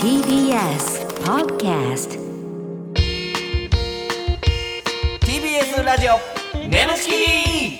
TBS Podcast TBS ラジオムチ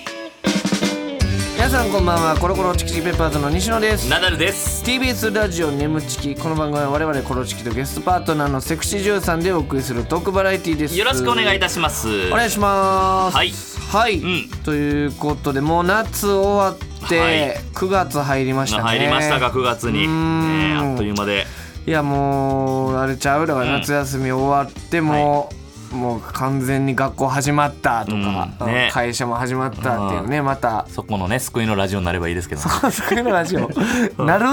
皆さんこんばんはコロコロチキチキペッパーズの西野ですナダルです。 TBS ラジオネムチキこの番組は我々コロチキとゲストパートナーのセクシージュさんでお送りするトークバラエティですよろしくお願いいたたします。お願いしますはいはい、んということでもう夏終わって、はい9月入りましたね入りましたか9月に、うーんねえあっという間でいやもうあれちゃうだからうん夏休み終わっても、もう完全に学校始まったとか、うんね会社も始まったっていうねまた そこのね救いのラジオになればいいですけど、そういうラジオなる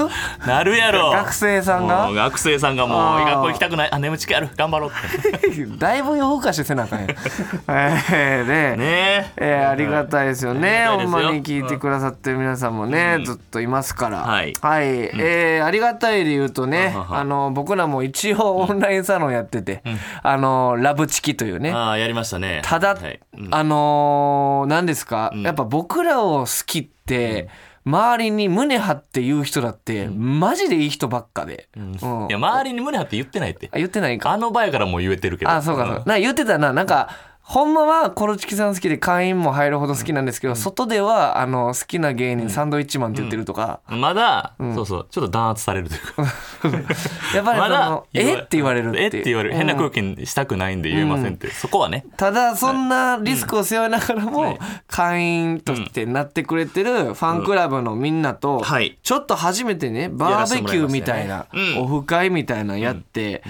なるやろ学生さんがもう学生さんがもうあー学校行きたくないあ眠ちきある頑張ろうっ だいぶ夜更かしせなあか んやんえーで てねえーありがたいですよね。あほりんがまたいにですよ聞いてくださってる皆さんもね、ずっといますから。はいえーありがたいで言うとね、ははあの、僕らも一応オンラインサロンやってて、あの、ラブチキというね、ああやりましたねたはだ、いうんあのー何ですか、んやっぱ僕らを好きって、周りに胸張って言う人だって、マジでいい人ばっかで、うんあいや周りに胸張って言ってないって言ってないかあの場やからもう言えてるけどあそうかそうかなんか言ってたななんかほんまはコロチキさん好きで会員も入るほど好きなんですけど、外ではあの好きな芸人サンドイッチマンって言ってるとか、うんまだ、そうそうちょっと弾圧されるというかやっぱりそまだの「えっ?」て言われるっていえうって言われる変なうん空気にしたくないんで言えませんって、そこはねただそんなリスクを背負いながらも会員としてなってくれてるファンクラブのみんなとはいちょっと初めてねバーベキューみたいなうんオフ会みたいなのやって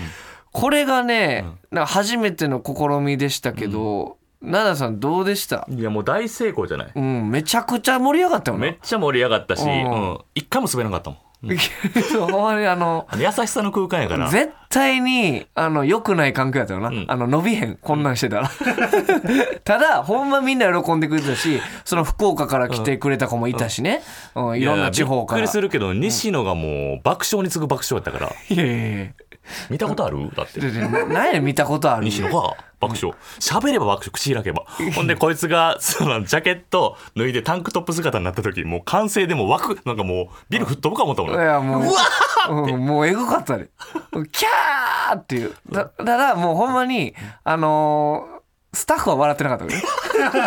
これがねなんか初めての試みでしたけど奈々さんどうでしたいやもう大成功じゃないうん、めちゃくちゃ盛り上がったよめっね。ちゃ盛り上がったし、ううんん、一回も滑らなかったもん。 そうほんまにあの、あの優しさの空間やから。絶対に、あの、良くない環境やったよな。んあの、伸びへん、こんなんしてたら。 ただ、ほんまみんな喜んでくれてたし、その福岡から来てくれた子もいたしね。うん、いろんな地方かいやびっくりら。するけど、西野がもう爆笑に次ぐ爆笑やったから、いやいやいや。見たことあるだって。ででな何や見たことある西野が爆笑。喋れば爆笑、口開けば。ほんで、こいつが、その、ジャケット脱いでタンクトップ姿になった時、もう完成でもう湧く、なんかもう、ビル吹っ飛ぶか思ったもんいね。やもううんもうえぐかったでキャーっていうだだからもうほんまにあのースタッフは笑ってなかったよ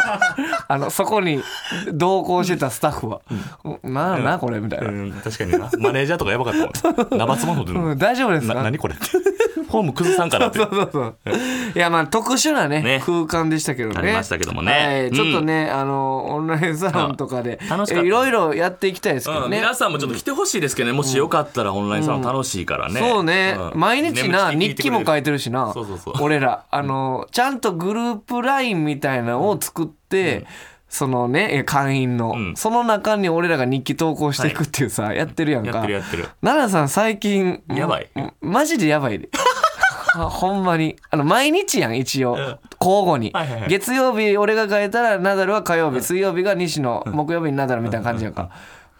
あのそこに同行してたスタッフは「なあなあこれ」みたいうな。ん、確かにな。マネージャーとかやばかった もん。生つまんのでうん、大丈夫ですな、か何これって。 ホーム崩さんからって。 そうそうそういやまあ特殊なねね空間でしたけどねありましたけどもねはいちょっとね、あのオンラインサロンとかで楽しかったえいろいろやっていきたいですけうどん、ね、皆さんもちょっと来てほしいですけどね、もしよかったらオンラインサロン楽しいからね、そうね、うん毎日な日記も書いてるしなそうそうそう俺らあのちゃんとグループ LINE みたいなのを作って、そのねえ会員の、んその中に俺らが日記投稿していくっていうさ、やってるやんかやってるやってる奈良さん最近やばいうんマジでやば いであほんまにあの毎日やん一応交互に、はいはいはい月曜日俺が変えたらナダルは火曜日、水曜日が西野、木曜日にナダルみたいな感じやんか、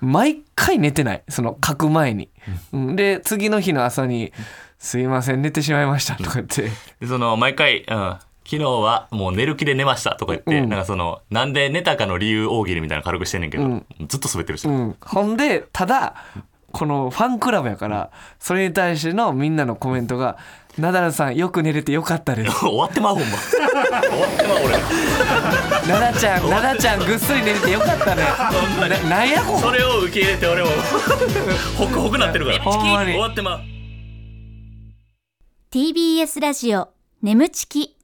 毎回寝てないその書く前に、うんで次の日の朝に「すいません寝てしまいました」とか言ってでその毎回、うん昨日はもう寝る気で寝ましたとか言って、なんかそのなんで寝たかの理由大喜利みたいなの軽くしてんねんけど、ずっと滑ってるし、うん、ほんでただこのファンクラブやからそれに対してのみんなのコメントが「ナダルさんよく寝れてよかったです」 終わってまうほんま終わってまう俺「ナダちゃんナダちゃんぐっすり寝れてよかったね」ほんまにななんやこそれを受け入れて俺も ホクホクなってるからほんまに終わってまう TBS ラジオ眠ちき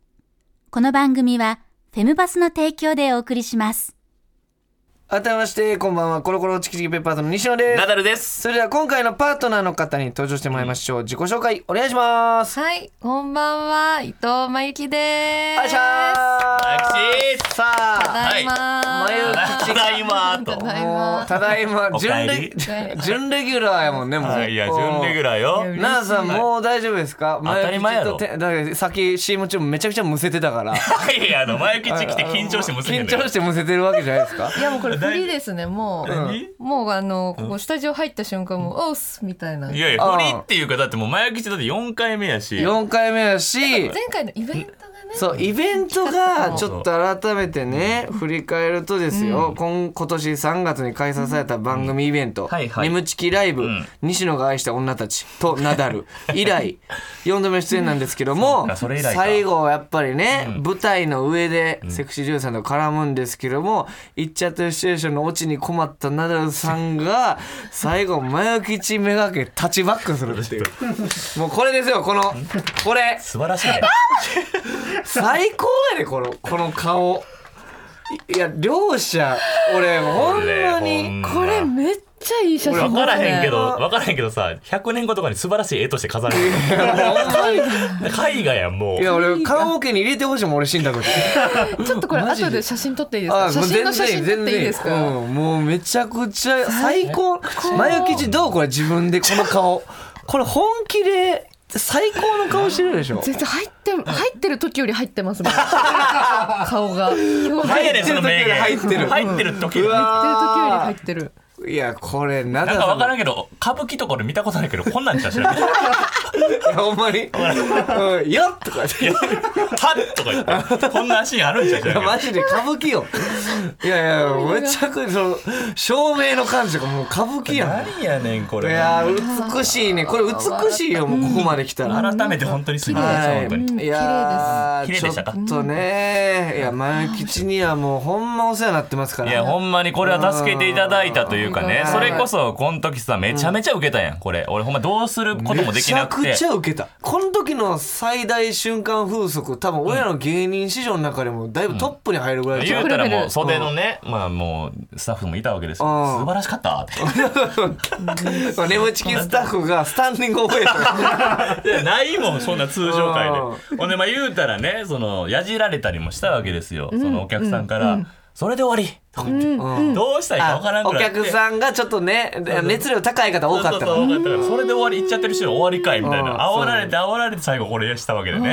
この番組はフェムバスの提供でお送りします改めましてこんばんはコロコロチキチキペッパーズの西野ですナダルですそれでは今回のパートナーの方に登場してもらいましょう自己紹介お願いしますはい、こんばんは、伊藤真由紀でお願す。いしまナイすさたあだいま。はい真由紀ただいまたとだいもうま。ただいまお準かえレり準レギュラーやもんねもういや準レギュラーよなあさんもう大丈夫ですか当たり前やろ前吉とてだからさっき CM 中めちゃくちゃむせてたからいやあの前吉来て緊張してむせてん緊ねん張してむせてるわけじゃないですかいやもうこれフリーですね、も何う。もうあの、ここスタジオ入った瞬間もう、おうっすみたいな。い前やいや、あ不ー利っていうか、だってもう前吉だって4回目やし、 4回目やし回のイベントがねそうイベントがちょっと改めてね振り返るとですよ、今今年3月に開催された番組イベント「はいはい眠ちきライブ、ん西野が愛した女たち」と「ナ ダル」以来4度目の出演なんですけどもかそれ以来か最後はやっぱりね、舞台の上でセクシー女優さんと絡むんですけども「いっちゃってるシチュエーション」のオチに困ったナダルさん が最後前置き地めがけタッチバックするっていう もうこれですよこのこれ。素晴らし いね。最高やでこのこの顔いいや両者俺ほんまにここれれほんまめっちゃいい写真俺です分ねからへんけど、分からへんけどさ、100年後とかに素晴らしい絵として飾られいやほんまにる。絵画やん、もいやう。俺カラオケに入れてほしいもん俺死んだ時ちょっとこれマジで後で写真撮っていいですか写真の写真撮っていいです全然かうんもうめちゃくちゃ最高前置き地どうこれ自分でこの顔これ本気で最高の顔してるでしょ全然 入って入ってる時より入ってますもん顔が何やねんその名言。入ってる入ってる時。うなわ入ってる時より入ってるいやこれなんんか分からだんけど、歌舞伎とかで見たことないけど、こんなんじゃ 知らん。はほんまに「うんよっ!」とか言ってっとか言って、こんなシーンあるんじゃ知いやらんマジで歌舞伎よいやいやめちゃくちゃその照明の感じがもう歌舞伎けど。や何やねん、こんいやー美しいねこれ美しいよもうここまで来たら。改めて本当にすごいです、は本当に。んい、いや綺麗です綺麗でしたかーちょっとねいや前吉にはもうほんまお世話になってますかいやらほんまにこれは助けていただいたというかねうんそれこそこの時さめちゃめちゃウケたやんこれ俺ほんまどうすることもめできちなゃくくてちゃ受けたこの時の最大瞬間風速多分俺らの芸人史上の中でもだいぶトップに入るぐらいち言ゃう うたらもう袖のねまあもうスタッフもいたわけですようん素晴らしかったって眠ちきスタッフがスタンディングオベーションいやないもんそんな通常会うでほんでまあ言うたらねそのやじられたりもしたわけですよそのお客さんから「それで終わり」とか言ってどうしたらいいかわからんおくらい客さんがちょっとね熱量高い方多かそったうのそうそう多かったからそれで終わり行っちゃってる人終わりかいみたいうんな煽られて煽られて最後これしたわけでね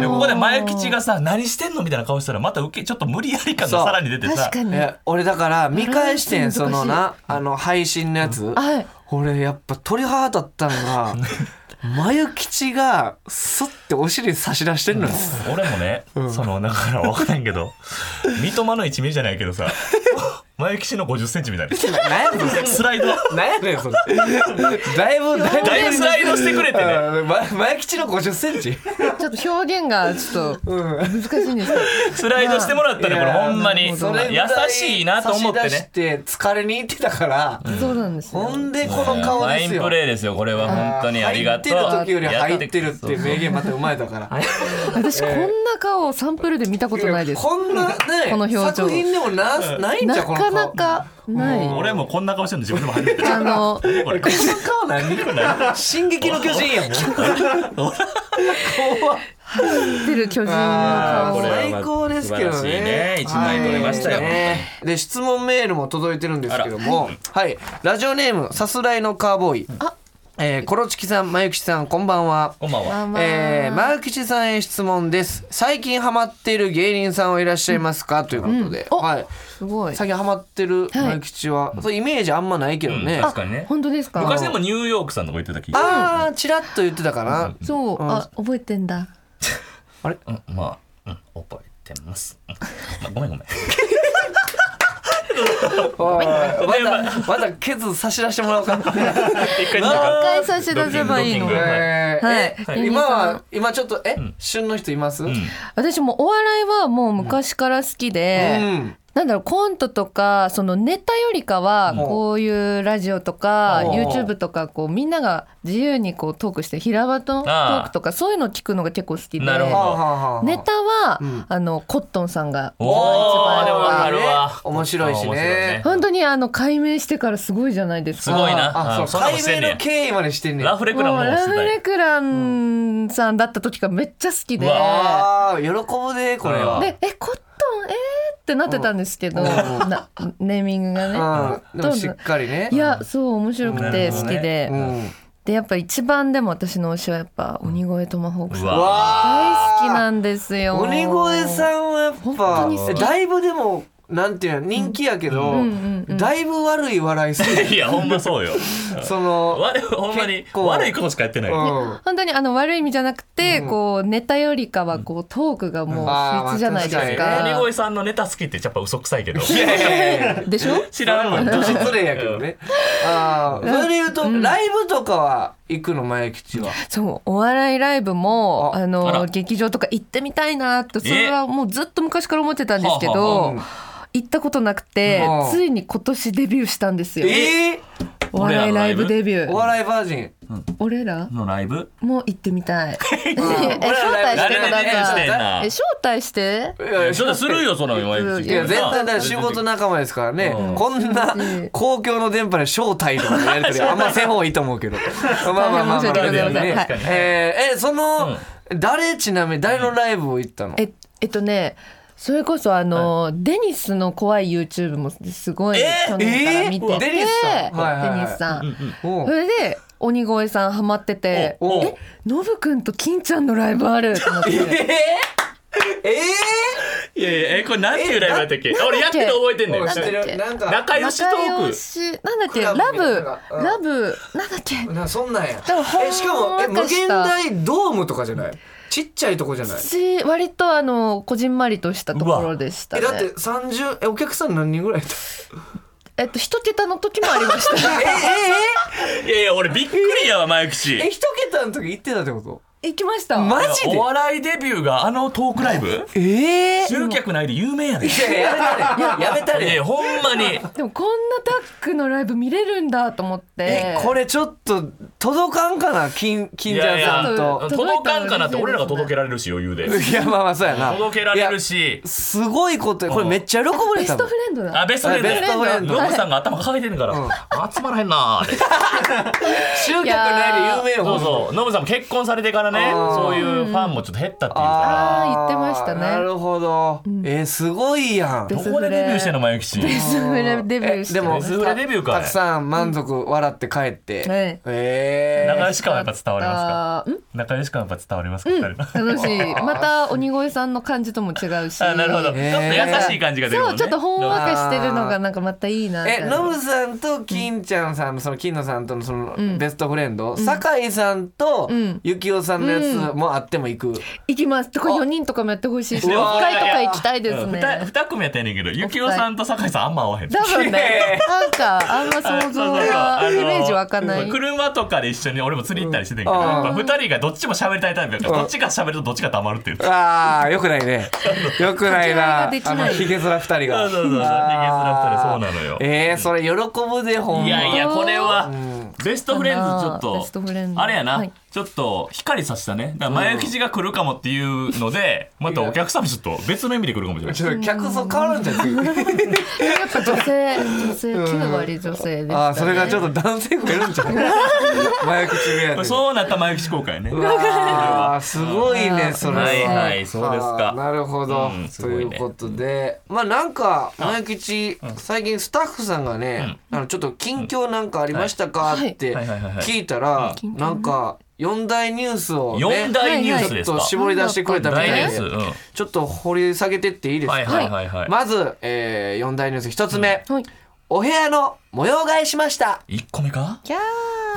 でここで前吉がさ何してんのみたいな顔したらまた受けちょっと無理やり感そうがさらに出てさ確かにえ俺だから見返してんバラそンス難しいのなあの配信のやつはい俺やっぱ鳥肌だったの が眉吉がそってお尻差し出してんのよ俺もね、そのだから分からんけど三笘の一味じゃないけどさ 前吉の5 0ンチみたい な何やねんそれスライド何やねんそれだいぶだいぶだいぶスライドしてくれてねうんま眉吉の5 0ンチちょっと表現がちょっと難しいんですけどスライドしてもらったねこれほんまに優それぐらしいなと思って差し出しねて疲れに行ってたからそうなんですよほんでこの顔ファでインすよプレーですよこれは本当にありがとう入ってる時より入ってるっそうて名言また生まれたから。私こんな顔をサンプルで見たことないですこんなね、この表情作品でもなないんじなゃんこのか顔。なかない俺もこんな顔してるの自分でも初めてあのこれこの顔何？進撃の巨人 やもん。怖っ出る巨人のあこー顔れはま最あ高ですけどね。素晴らしいね一枚取れましたよはいねで質問メールも届いてるんですけども、はい、ラジオネームさすらいのカーボーイ。えーコロチキさん、まゆきさん、こんばんは。こんばんはあまあえー、マーキチさんへ質問です最近ハマっている芸人さんはいらっしゃいますか、ということで、おはい、すごい最近ハマってるマーキチは、そうイメージあんまないけどうね、ん確かにね本当ですか昔でもニューヨークさんとか言ってた気がああチラッと言ってたかな、そうあ覚えてんだうんまあ、うん、覚えてます、うんまあごめん ごめんおい またまたケツ差し出してもらおうか、 一回何回差し出せばいいのドキンドキンはいえーはいえはい今は今ちょっとえ、旬の人います、うん私もお笑いはもう昔から好きで、なんだろうコントとかそのネタよりかはこういうラジオとか、うん YouTube とかこうみんなが自由にこうトークして平場とトああークとかそういうの聞くのが結構好きでなるほはどあはあはあネタは、んあのコットンさんがおーでもわかるわ面白いしね面本当にあの解明してからすごいじゃないですすか。ごいなあああそそうんなこと解して明んねの経緯までしてんねんラフレクラももうラフレ世クランさんだった時がめっちゃ好きで、うわああ喜ぶでこれはでえコットンえー、ってなってたんですけど、なネーミングがね。うん、でもしっかりね。いやそう面白くて好きで、うん、でやっぱ一番でも私の推しはやっぱ鬼越トマホークさんうわ大好きんなんですよ鬼越んさんはやっ本当にぱ好きだいぶでもなんていうの人気やけど、んうんうんだいぶ悪い笑いするいやほんまそうよその悪いほんまに結構悪いことしかやってない、うん本当にあの悪い意味じゃなくて、こうネタよりかはこうトークがもう秀逸じゃないですあーまあか。鬼越さんのネタ好きってやっぱ嘘くさいけどでしょ？知らんもん年失礼やけどね。ああ、それで言うと、ライブとかは行くの、前吉は。そうお笑いライブもあああらの劇場とか行ってみたいなってそれはもうずっと昔から思ってたんですけはははど行ったことなくてうんついに今年デビューしたんですよええお笑いライブデビュおー笑いバージン。俺らのライブも行ってみたいえ招俺ら待してライブもだデビューかしてんらなえ招待していやそれするよその今いいや、絶対だから仕事仲間ですからね、こんな公共の電波で招待とかでやりとりあんません方がいいと思うけど。まあまあまあま申しあ、訳ごねざいませんはいえーえ、その、誰ちなみに誰のライブを行ったのええっとねそれこそあの、デニスの怖い YouTube もすごいえ去年から見てて、えーデニスさんはいはいはいデニスさんおそうれで鬼越さんハマってて「おうえノブくんと金ちゃんのライブある」ってな ってえーえいやいやえこれなんていうライブやったっけ俺やってるの覚えてんーねん知ってるなんか、仲良しト仲ー良クしなんだっけクラブラみたいなのブがうんラブなんだっけなそんなんやからほんわえかしかもえ無限した大ドームとかじゃないちっちゃいとこじゃないし割とあのこじんまりとしたところでしたえねだって30えお客さん何人ぐらいいたえっと一桁の時もありましたえいやいや俺びっくりやわ前え口ええ一桁の時行ってたってこと行きましたマジでお笑いデビューがあのトークライブええ集客ないで有名やでいいやいややめたれやめたやれほんまにでもこんなタックのライブ見れるんだと思ってえこれちょっと届かんかな金金ちゃんさんといやいや届かんかなって俺らが届けられるし余裕でいやまあまあそうやな届けられるいしやすごいことこれめっちゃ喜ばれベたのストフレンドだあベストフレンドあベストフレンドノブさんが頭抱えてるから、集まらへんなーって集客ないで有名よそうほんとそうノブさんも結婚されてからねあーそういうファンもちょっと減ったっていうかあーあー言ってましたねなるほど、えーすごいやんベどストこでデビューしてんの前吉ベストフレデビューしてえでも水風呂デビューかいたくさん満足笑って帰って、んはいえ仲ー良し感はやっぱ伝わりますかあーん仲良し感はやっぱ伝わりますか、二人の楽しいまた鬼越さんの感じとも違うしあなるほど、えーちょっと優しい感じが出るもんねそうちょっとほんわかしてるのがなんかまたいいなみたいえなノブさんと金ちゃんさんのその金野さんとのそのんベストフレンド、酒井さんとんゆきおさんのやつもあっても行く、行きますとか4人とかもやってほしいしう6わ回とか行きたいですうんね二二組やったんやねんけどゆきおさんと酒井さんあんま合わへん多分ねねなんかあんま想像がイメージ湧かなあいの車とかで一緒に俺も釣り行ったりしててんけど、うんやっぱ二人がどっちも喋りたいタイプやから、うんどっちが喋るとどっちが黙るっていう、ああよくない ねよくないなあ立ち合いができなのいひげ面二人そうがそうそう人間らあっーたらそうなのよ、えー、それ喜ぶでほんまいやいやこれはんベストフレンズちょっベストフレンとズあれやな、はいちょっと光さしたねだから前吉が来るかもっていうのでまたお客様ちょっと別の意味で来るかもしれないちょっと客層変わるんじゃないやっぱ女性女性9割女性です、ね、ああそれがちょっと男性増えるんじ ゃない前口目やでそうなった前口公開ねあーすごいねそれは。はいはいそうですあーかなるほど、うんすとごいいねうことで、まあなんか前吉最近スタッフさんがね、あのちょっと近況なんかありましたか、うんってはいはいはいはい聞いたら、なんか四大ニュースをね四大ニュースですちょっかと絞り出してくれたみ大たニュいース、でうん、はちょっと掘り下げてっていいですか、いはいはいはい、まず、えー、4大ニュース一つ目、はいお部屋の模様替えしました一個目かキャ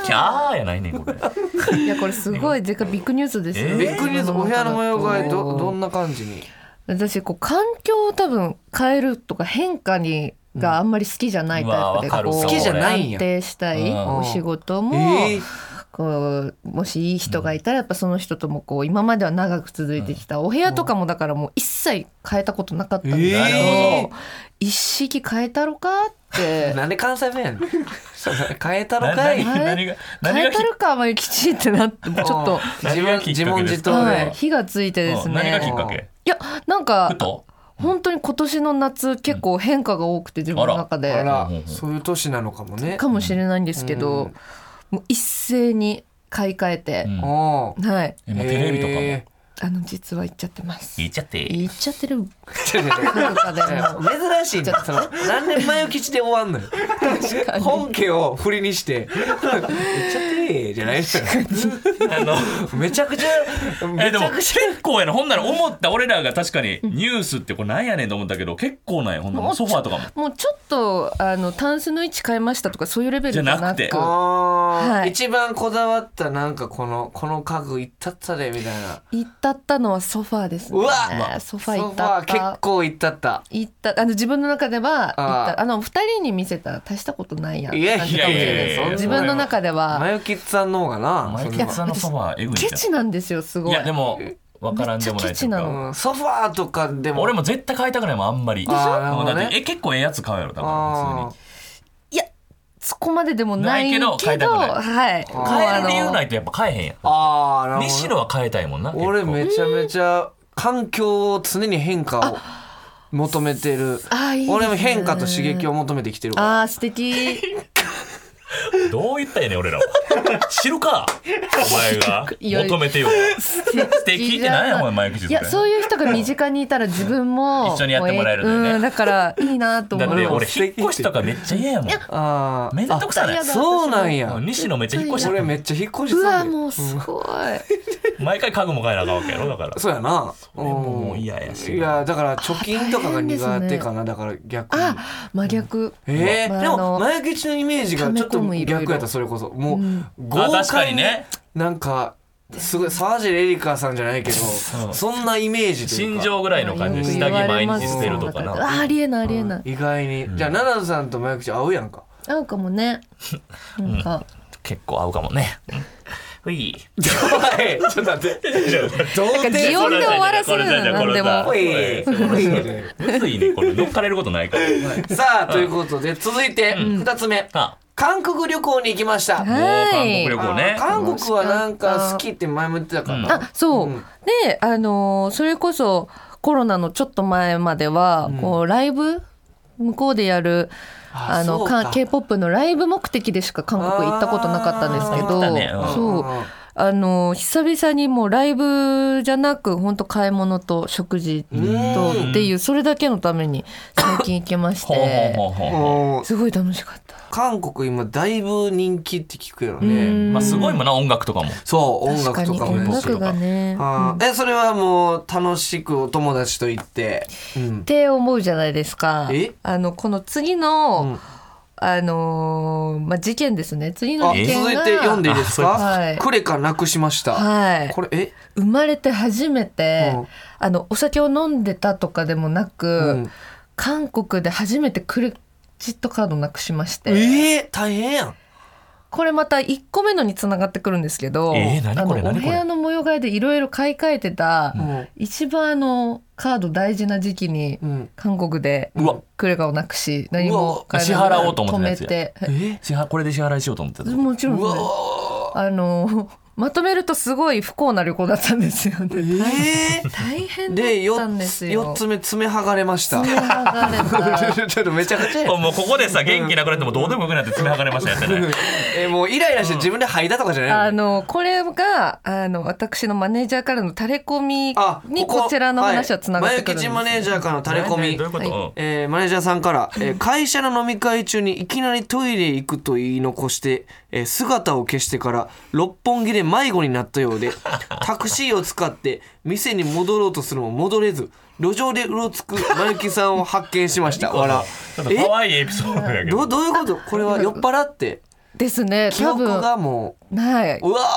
キャーやないねんこれーいやこれすごいでかビッグニュースですよ、えービッグニュースお部屋の模様替えどどんんな感じに私こう環境を多分変えるとか変化にがあんまり好きじゃないタイプで、うんうわわかるこう好きじゃないんや安定したいうんお仕事も、えーこうもしいい人がいたらやっぱその人ともこう今までは長く続いてきたお部屋とかもだからもう一切変えたことなかったんだけど、えー一式変えたろかって なんで関西弁やねん変えたのなか何いが何が何変えがたろかまゆきちってなってちょっと、自分自問自答はでい、火がついてですうん何がきねっかけいやなんかふと本当に今年の夏結構変化が多くて自分の中あでらうんそういう年なのかもねかもしれないんですけど、うんもう一斉に買い替えて、うんおーはいえもうテレビとかも、えあの実は言っちゃってます言っちゃって。言っちゃってる違う違う違う文化で も珍しいねその何年前を吉で終わんのよかに本家を振りにして「言っちゃって」じゃないですよあのめちゃくちゃえ めでちもゃくち結構やなほんなら思った俺らが確かにニュースってこれなんやねんと思ったけど結構なんやほんならもうソファーとかももうちょっとあのタンスの位置変えましたとかそういうレベルじゃなくじゃなくてゃあーはい一番こだわったなんかこのこの家具いったったでみたいな行ったったのはソファーですねうわソファー行ったソファっー結た構いったった行ったあの自分の中では行っあーたあの二人に見せたら大したことないやんいやいやって感じかもいしれやなでいすや自分の中ではマヨキッさんの方がなマイそんなケツさんのソファーえぐいケじゃチなんですよすんごいいやでもわからんでもないめっちゃケとチいうなかのうんソファーとかでも俺も絶対買いたくないもんあんまりしょうんなるほどだねってえ結構ええやつ買うやろだからあ普通にそこまででもないけどないけど買いたくないはいあー買える理由ないいとやっぱ買えへんやんあーなるほど西野は変えたいもんな俺結構めちゃめちゃ環境を常に変化を求めてるあいいですね俺も変化と刺激を求めてきてるからあー素敵どう言ったんやねん俺 らは知るかお前がいや求めてよ 素敵ってなんやもん前口いやそういう人が身近にいたら自分も一緒にやってもらえるのよねううんだからいいなと思だうっても俺引っ越しとかめっちゃ嫌やもんあーめんどくさないあそうなんうやん西野めっちゃ引っ越し俺ためっちゃ引っ越しうわそうでもうすごい、毎回家具も買えなあかんわけやろだからそうやなうんももう嫌やしいやだから貯金とかが苦手かな、だから逆にあ真逆えーまあであのも前吉のイメージがちょっと溜め込む色々逆やったそれこそもう、うん豪快あ確かにねなんかすごい沢尻エリカさんじゃないけどうそんなイメージという心か情ぐらいの感じで下着毎日捨てるとかなあありえないありえない、意外に、じゃあ奈良さんと前口合うやんかなんかも ねなんか、結構合うかもねうんほいおいちょっと待って童貞擬音で終わらせるのよこれだよなんでもこおいれだよこれだよむずいねこれ乗っかれることないからさあということで続いて2つ目、あ韓国旅行に行きました、はいもう韓国旅行あね韓国はなんか好きって前も言ってたからな、あそう、うんであのーそれこそコロナのちょっと前までは、こうライブ向こうでやるああのそうか k p o p のライブ目的でしか韓国行ったことなかったんですけあーど、言ってたねうんそうあの久々にもうライブじゃなく本当買い物と食事うとんっていうそれだけのために最近行きましほうほてうほうほうほもうすごい楽しかった。韓国今だいぶ人気って聞くようねうんまあすごいもんな音楽とかもそう音確か楽とにか音もね楽がね。あうんーえそれはもう楽しくお友達と行って、うんって思うじゃないですかえ。あのこの次うのん、あのーまあ事件ですね。次のあ事件続いがて読んでいいですか、あそうですはいクレカなくしました、はいこれえ生まれて初めて、うんあのお酒を飲んでたとかでもなく、うん韓国で初めてクレジットカードなくしまして。えー、大変やんこれまた1個目のにつながってくるんですけど、えーあ何のこれお何部これ屋の模様替えでいろいろ買い替えてた、ん一番あのカード大事な時期に、うん韓国でうわクレカをなくし何も買えなうわ支払おうと思ってたやつ止やめてえ支払これで支払いしようと思ってたえもちろんうわねあのまとめるとすごい不幸な旅行だったんですよ ね。え大ー、変だでったん4でつすよ。四つ目爪剥がれました目が ちょっとめちゃくちゃやもうここでさ元気なくなってもどうでもよくなって爪剥がれましたやつねえもうイライラして自分で吐いたとかじゃな あいののこれがあの私のマネージャーからの垂れ込みあにこちらの話はつながってくるんで前すよ。マネージャーからの垂れ込み、どういうこと、はえーマネージャーさんから、えー会社の飲み会中にいきなりトイレ行くと言い残して、えー姿を消してから六本木で迷子になったようで タクシーを使って店に戻ろうとするも戻れず路上でうろつくマユキさんを発見しま した笑ちょっと可愛いエピソードやえけどどうどういうことこれは酔っ払ってですね記多憶分がもはいううわ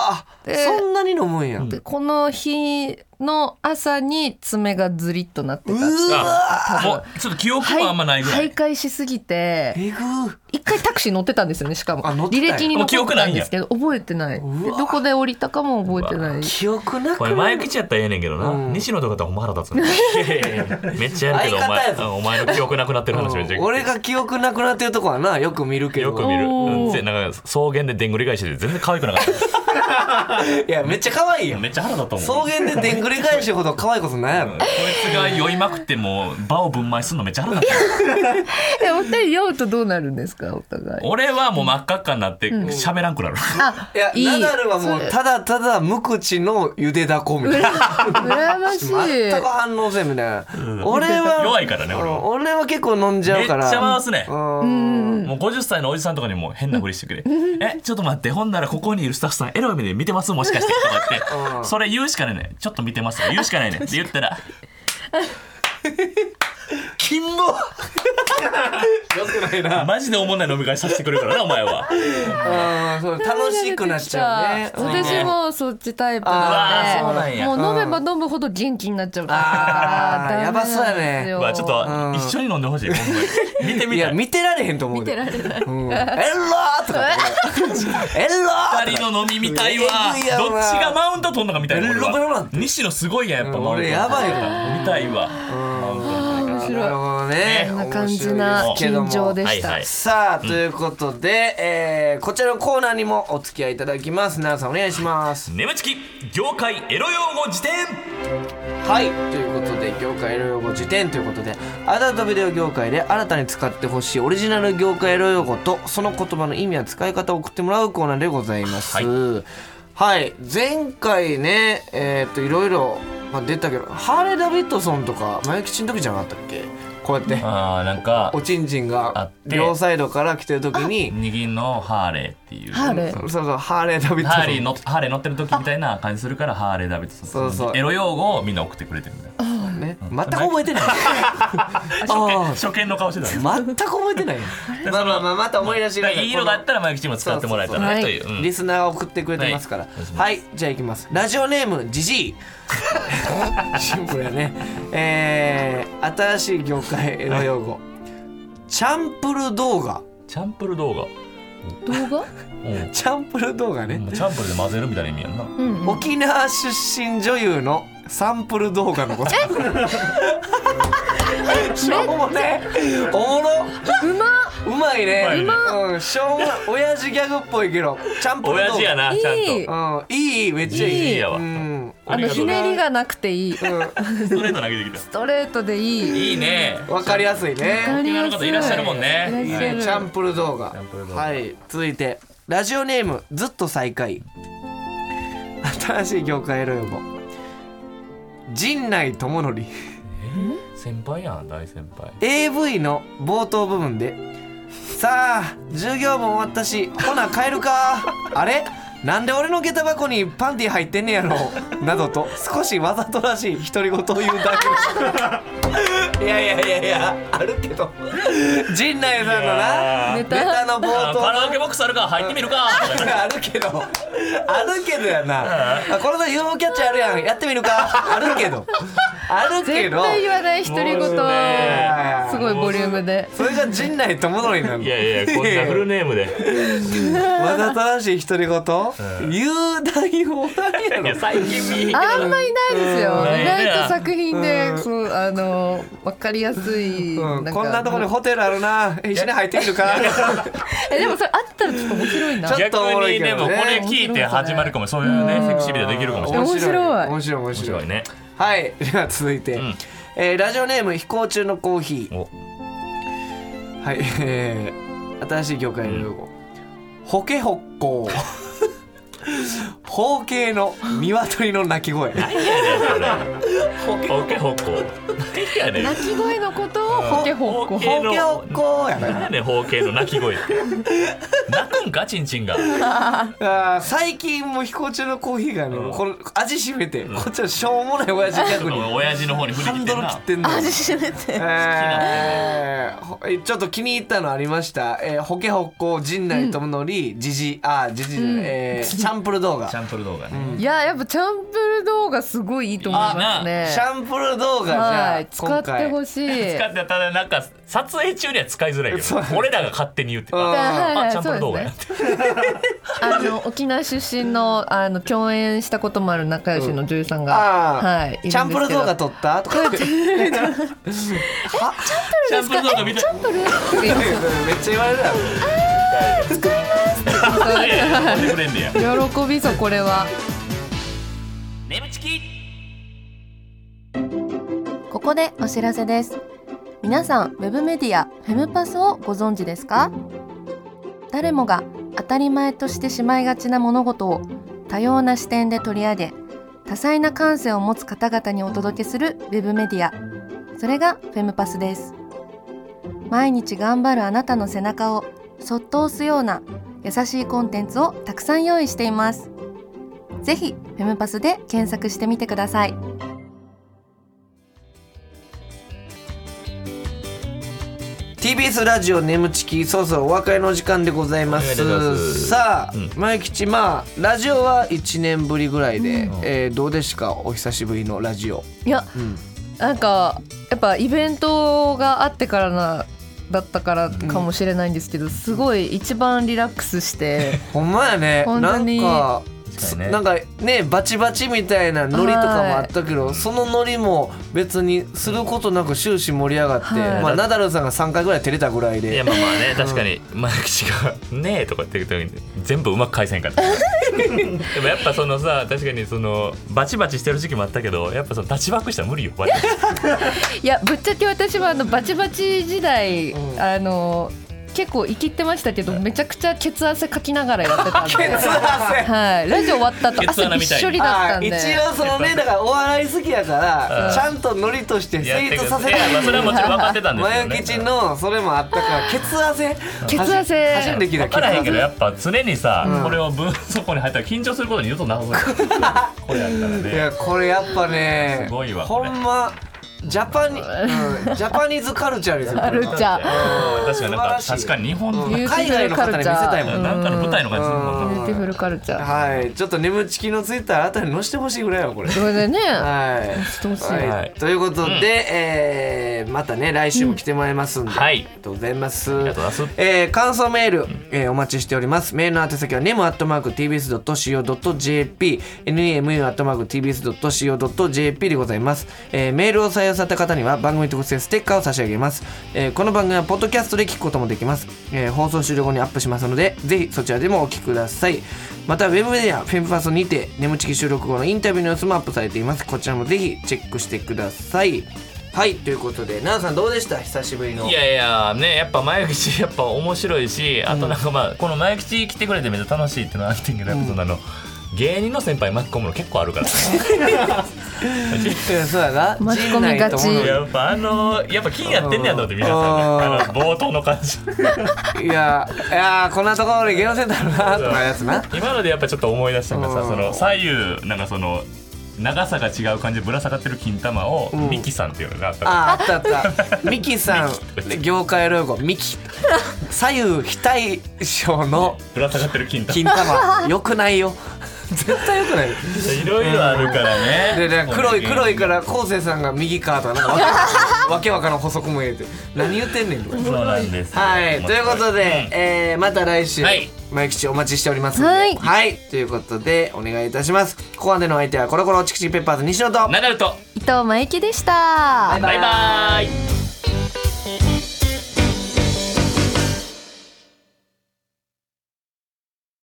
ーでそんなに飲むんや、でこの日の朝に爪がずりっとなってたっていううわ多分もうちょっと記憶はいもあんまないぐらい、徘徊しすぎてえぐー一回タクシー乗ってたんですよねしかもあ乗ってたん履や歴にもう残記っ憶てなたいんんやですけど覚えてないうわでどこで降りたかも覚えてない記憶なくこれ前口やったらええねんけどな、うん西野とかだとほんま腹立つ ねめっちゃやるけどお相方前やぞうんお前の記憶なくなってる話めっちゃうん俺が記憶なくなってるとこはなよく見るけどよく見る、おーうん、ぜなんか草原ででんぐり返してて全然可愛くなかったいやめっちゃ可愛いよめっちゃ腹立ったもん草原ででんぐり返してるほど可愛いことないやろこいつが酔いまくっても場を分配するのめっちゃ腹立ったえお二人酔うとどうなるんですかお互い俺はもう真っ赤っかになって喋らんくなる、あいやいいナダルはもうそただただ無口のゆでだこみた いな羨ましい全く反応せんみたいな俺は弱いからね俺は俺は結構飲んじゃうからめっちゃ回すねうんもう50歳のおじさんとかにも変なふりしてくれ「えちょっと待ってほんならここにいるスタッフさんエロい目で見てますもしかして」とかうっんてそれ言うしかないねちょっと見てますとか言うしかないねって言ったら金 もよくないなマジでおもんない飲み会させてくれるからなお前はうんそう楽しくなっちゃうね慣れてきた私もそっちタイプあーそうななんんでやもう飲めば飲むほど元気になっちゃうあーからダメなんですよやばそうやねうわちょっと一緒に飲んでほ しいほんまに見ていみたやい見てられへんと思う見てられないエローとかエロー二人の飲みみたいわえぐいやどっろなちがマウント取んのかみたいな俺えぐいやろはな西野すごいやんやっぱうんマウント俺やばいわ見たいわ面白いなるほどねこんな感じな面白いですけど緊も張でしはいはたいさあということで、えーこちらのコーナーにもお付き合いいただきます奈良さんお願いします眠ちき業界エロ用語辞典はいということで業界エロ用語辞典ということでアダルトビデオ業界で新たに使ってほしいオリジナル業界エロ用語とその言葉の意味や使い方を送ってもらうコーナーでございますははいい、前回ねえーっといろいろまあ出たけどハーレー・ダビッドソンとかマユキチの時じゃなかったっけこうやってああなんかおちんちんあがって両サイドから来てる時に握りのハーレーっていうハーレーそうそうハーレー・ダビッドソンハーリーのハーレー乗ってる時みたいな感じするからハーレーダビッドソンそうそうエロ用語をみんな送ってくれてるみたいなね、全く覚え てない。あ初見の顔 してたあ、ね全く覚えてないよ。 まあまあまあ、また思い出しだなからがら。いい色があったらマイキチーム使ってもらえたらねというこうのんリスナーが送ってくれてますから。ははい、じゃあ、いきます。ラジオネームジジイ。 シンプルやね。えー、新しい業界の用語。チャンプル動画。チャンプル動画動画うんチャンプル動画ね。もうチャンプルで混ぜるみたいな意味やんなうん沖縄出身女優のサンプル動画のこと。しょうもね。おもろ。うまうまいね。うまうん、しょうもない親父ギャグっぽいけど、ちゃんぽん。親父や。なちゃんいいとうん、いいいい、めっちゃいい。いいやわうん。あのひねりがなくていいスうストレート投げてきたトレートでいいいいねん、わかりやすいわかね。り沖や縄すの方いらっしゃるもんいらっねしいいゃるね、チャンプル動画。チャンプル動画はい、続いて、ラジオネーム、ずっと最下位。新しい業界エロ用語。陣内智則。先輩やん大先輩 AV の冒頭部分でさあ授業も終わったしほな帰るか あれなんで俺の下駄箱にパンティ入ってんねやろなどと少しわざとらしい独り言を言うだ けいやいやいやいやあるけど陣内さんのなネネタタのあ冒ーカラ頭オケボックスあるから入ってみるかとかあるけどあるけどやなあこれの UFO キャッチャーあるやんやってみるかあるけ どあるけ絶ど対言わない独り言もうねすごいボリュームでそれじゃ陣内智則なん だいやいやこんなフルネームでわざとらしい独り言、雄大おらんやいやろ最近見あんまいないですようん意外うんと作品うでんそうあのわかりやすいうんかこんなところにホテルあるな一緒に入ってみるかえでもそれあったらちょっと面白いなちょっ逆とおもろいにけでどもこねれ聞いて始まるかもそういうねセクシービデオできるかもしれない面白い面白い面面白白いいねはいでは続いて、 んえーラジオネーム飛行中のコーヒーおはいえー新しい業界の用語、ホケホッ コー方形の鶏の鳴き声ホケホコ何やねん鳴き声のことをホケホホッケコホケホッコーやな何やねん方形の鳴き声 って泣くんかチンチ ンがあー最近もう飛行中のコーヒーがね、うんこの味しめて、こっちはしょうもない親父逆に親父の方に振りハ切っンてドんルな切ってんの味しめてえーほえちょっと気に入ったのありました、えー、ホケホッコ陣内智則ジジあジジ、えーチャンプル動画チシャンプル動画ねいややっぱチャンプル動画すごいいいと思いますねャンプル動画じゃあ、はい使今って回ほしい使ってただなんか撮影中には使いづらいけそうど俺らが勝手に言ってうんあはいはいチャンプル動画そうやでっすてあの沖縄出身のあの共演したこともある仲良しの女優さんが、あーはいいるんですけどチャンプル動画撮ったとか言ってめっちチャンプル動画見てチャンプルゃ言われるやろいやいや喜んでくれんねや。喜びぞこれはここでお知らせです皆さんウェブメディアフェムパスをご存知ですか誰もが当たり前としてしまいがちな物事を多様な視点で取り上げ多彩な感性を持つ方々にお届けするウェブメディアそれがフェムパスです毎日頑張るあなたの背中をそっと押すような優しいコンテンツをたくさん用意していますぜひフェムパスで検索してみてくださいー TBS ラジオ眠ちきそろそろお別れの時間でございますお願いいたしますさあ、うん前吉まあラジオは1年ぶりぐらいで、えーどうでしたかお久しぶりのラジオ、いやうん、なんかやっぱイベントがあってからなだったからかもしれないんですけど、すごい一番リラックスしてほんまやね本な当んにか確かにねなんかねバチバチみたいなノリとかもあったけどそのノリも別にすることなく終始盛り上がって、はいまあ、ナダルさんが3回ぐらい照れたぐらいいや でまあまあね確かに前口が「ねえ」とかって言った時に全部うまく返せんかったでもやっぱそのさ確かにそのバチバチしてる時期もあったけどやっぱその立ちバックしたら無理よバチバチいやぶっちゃけ私はあのバチバチ時代、うんあの結構生きってましたけどめちゃくちゃケツ汗かきながらやっ てたんケツで。汗はい、ラジオ終わった後ケツ汗穴びみったいしょりだったあんーで一応そのねだからお笑い好きやから、うんちゃんとノリとしてや成って立くさだせさいいやまあそれはもちろん分たいかってたんですよね前吉のそれもあったから血汗血汗走んできた分からへんけど血や汗っぱ常にさ、うんこれを分そこに入ったら緊張することに二度となさそうやこれやったらいねやこれやっぱねすごいわほんまジャパニ、うんジャパニーズカルチャーですよこれは カルチャー確かになん素晴からしい確かに日本うん海外の方に見せたいもんうんなんかの舞台の感じするもんビなューティフルカルチャー。はい、ちょっと眠ちきのツイッターあたり載せてほしいぐらいよこれ。それでね、はい。どうしようはい、ということで、えーまたね来週も来てもらいますんで、はいありがとうございます。りがとうございますえー感想メール、えーお待ちしております。メールの宛先は nemu@tbs.co.jp、nemu@tbs.co.jp でございます、えーメールを採用された方には番組特製ステッカーを差し上げます。えーこの番組はポッドキャストで聞くこともできます、えー放送終了後にアップしますので、ぜひそちらでもお聞きください。またウェブメディアフェンファスにて眠ちき収録後のインタビューの様子もアップされています。こちらもぜひチェックしてください。はい、ということで、奈々さんどうでした久しぶりの。いやいやねやっぱ前口やっぱ面白いしあとなんかまあこの前口来てくれてめっちゃ楽しいってのはあってんけどやっぱそのあの芸人の先輩巻き込むの結構あるからいやそうやな巻き込みがち陣内とやっぱあのやっぱ気になってんねやと思って皆さんねあの冒頭の感じ物いやいやこんなところに芸能センターあるなとかやつ な今のでやっぱちょっと思い出したのがうさんその左右なんかその長さが違う感じでぶら下がってる金玉をんミキさんっていうのがあったああったあったミキさん業界用語ミキ左右非対称のぶら下がってる金玉金 玉よくないよ絶対よくないいろいろあるからねで なんか黒い黒いいから昴生さんが右かとかなんかわけわからんわけわからん補足も入れて何言ってんねんとかそうなんですよはい、ということで、えーまた来週、はい前吉お待ちしておりますのではいはい、ということでお願いいたしますここまでのお相手はコロコロチキチキペッパーズ西野とナダルと伊藤真由紀でした。バイバイ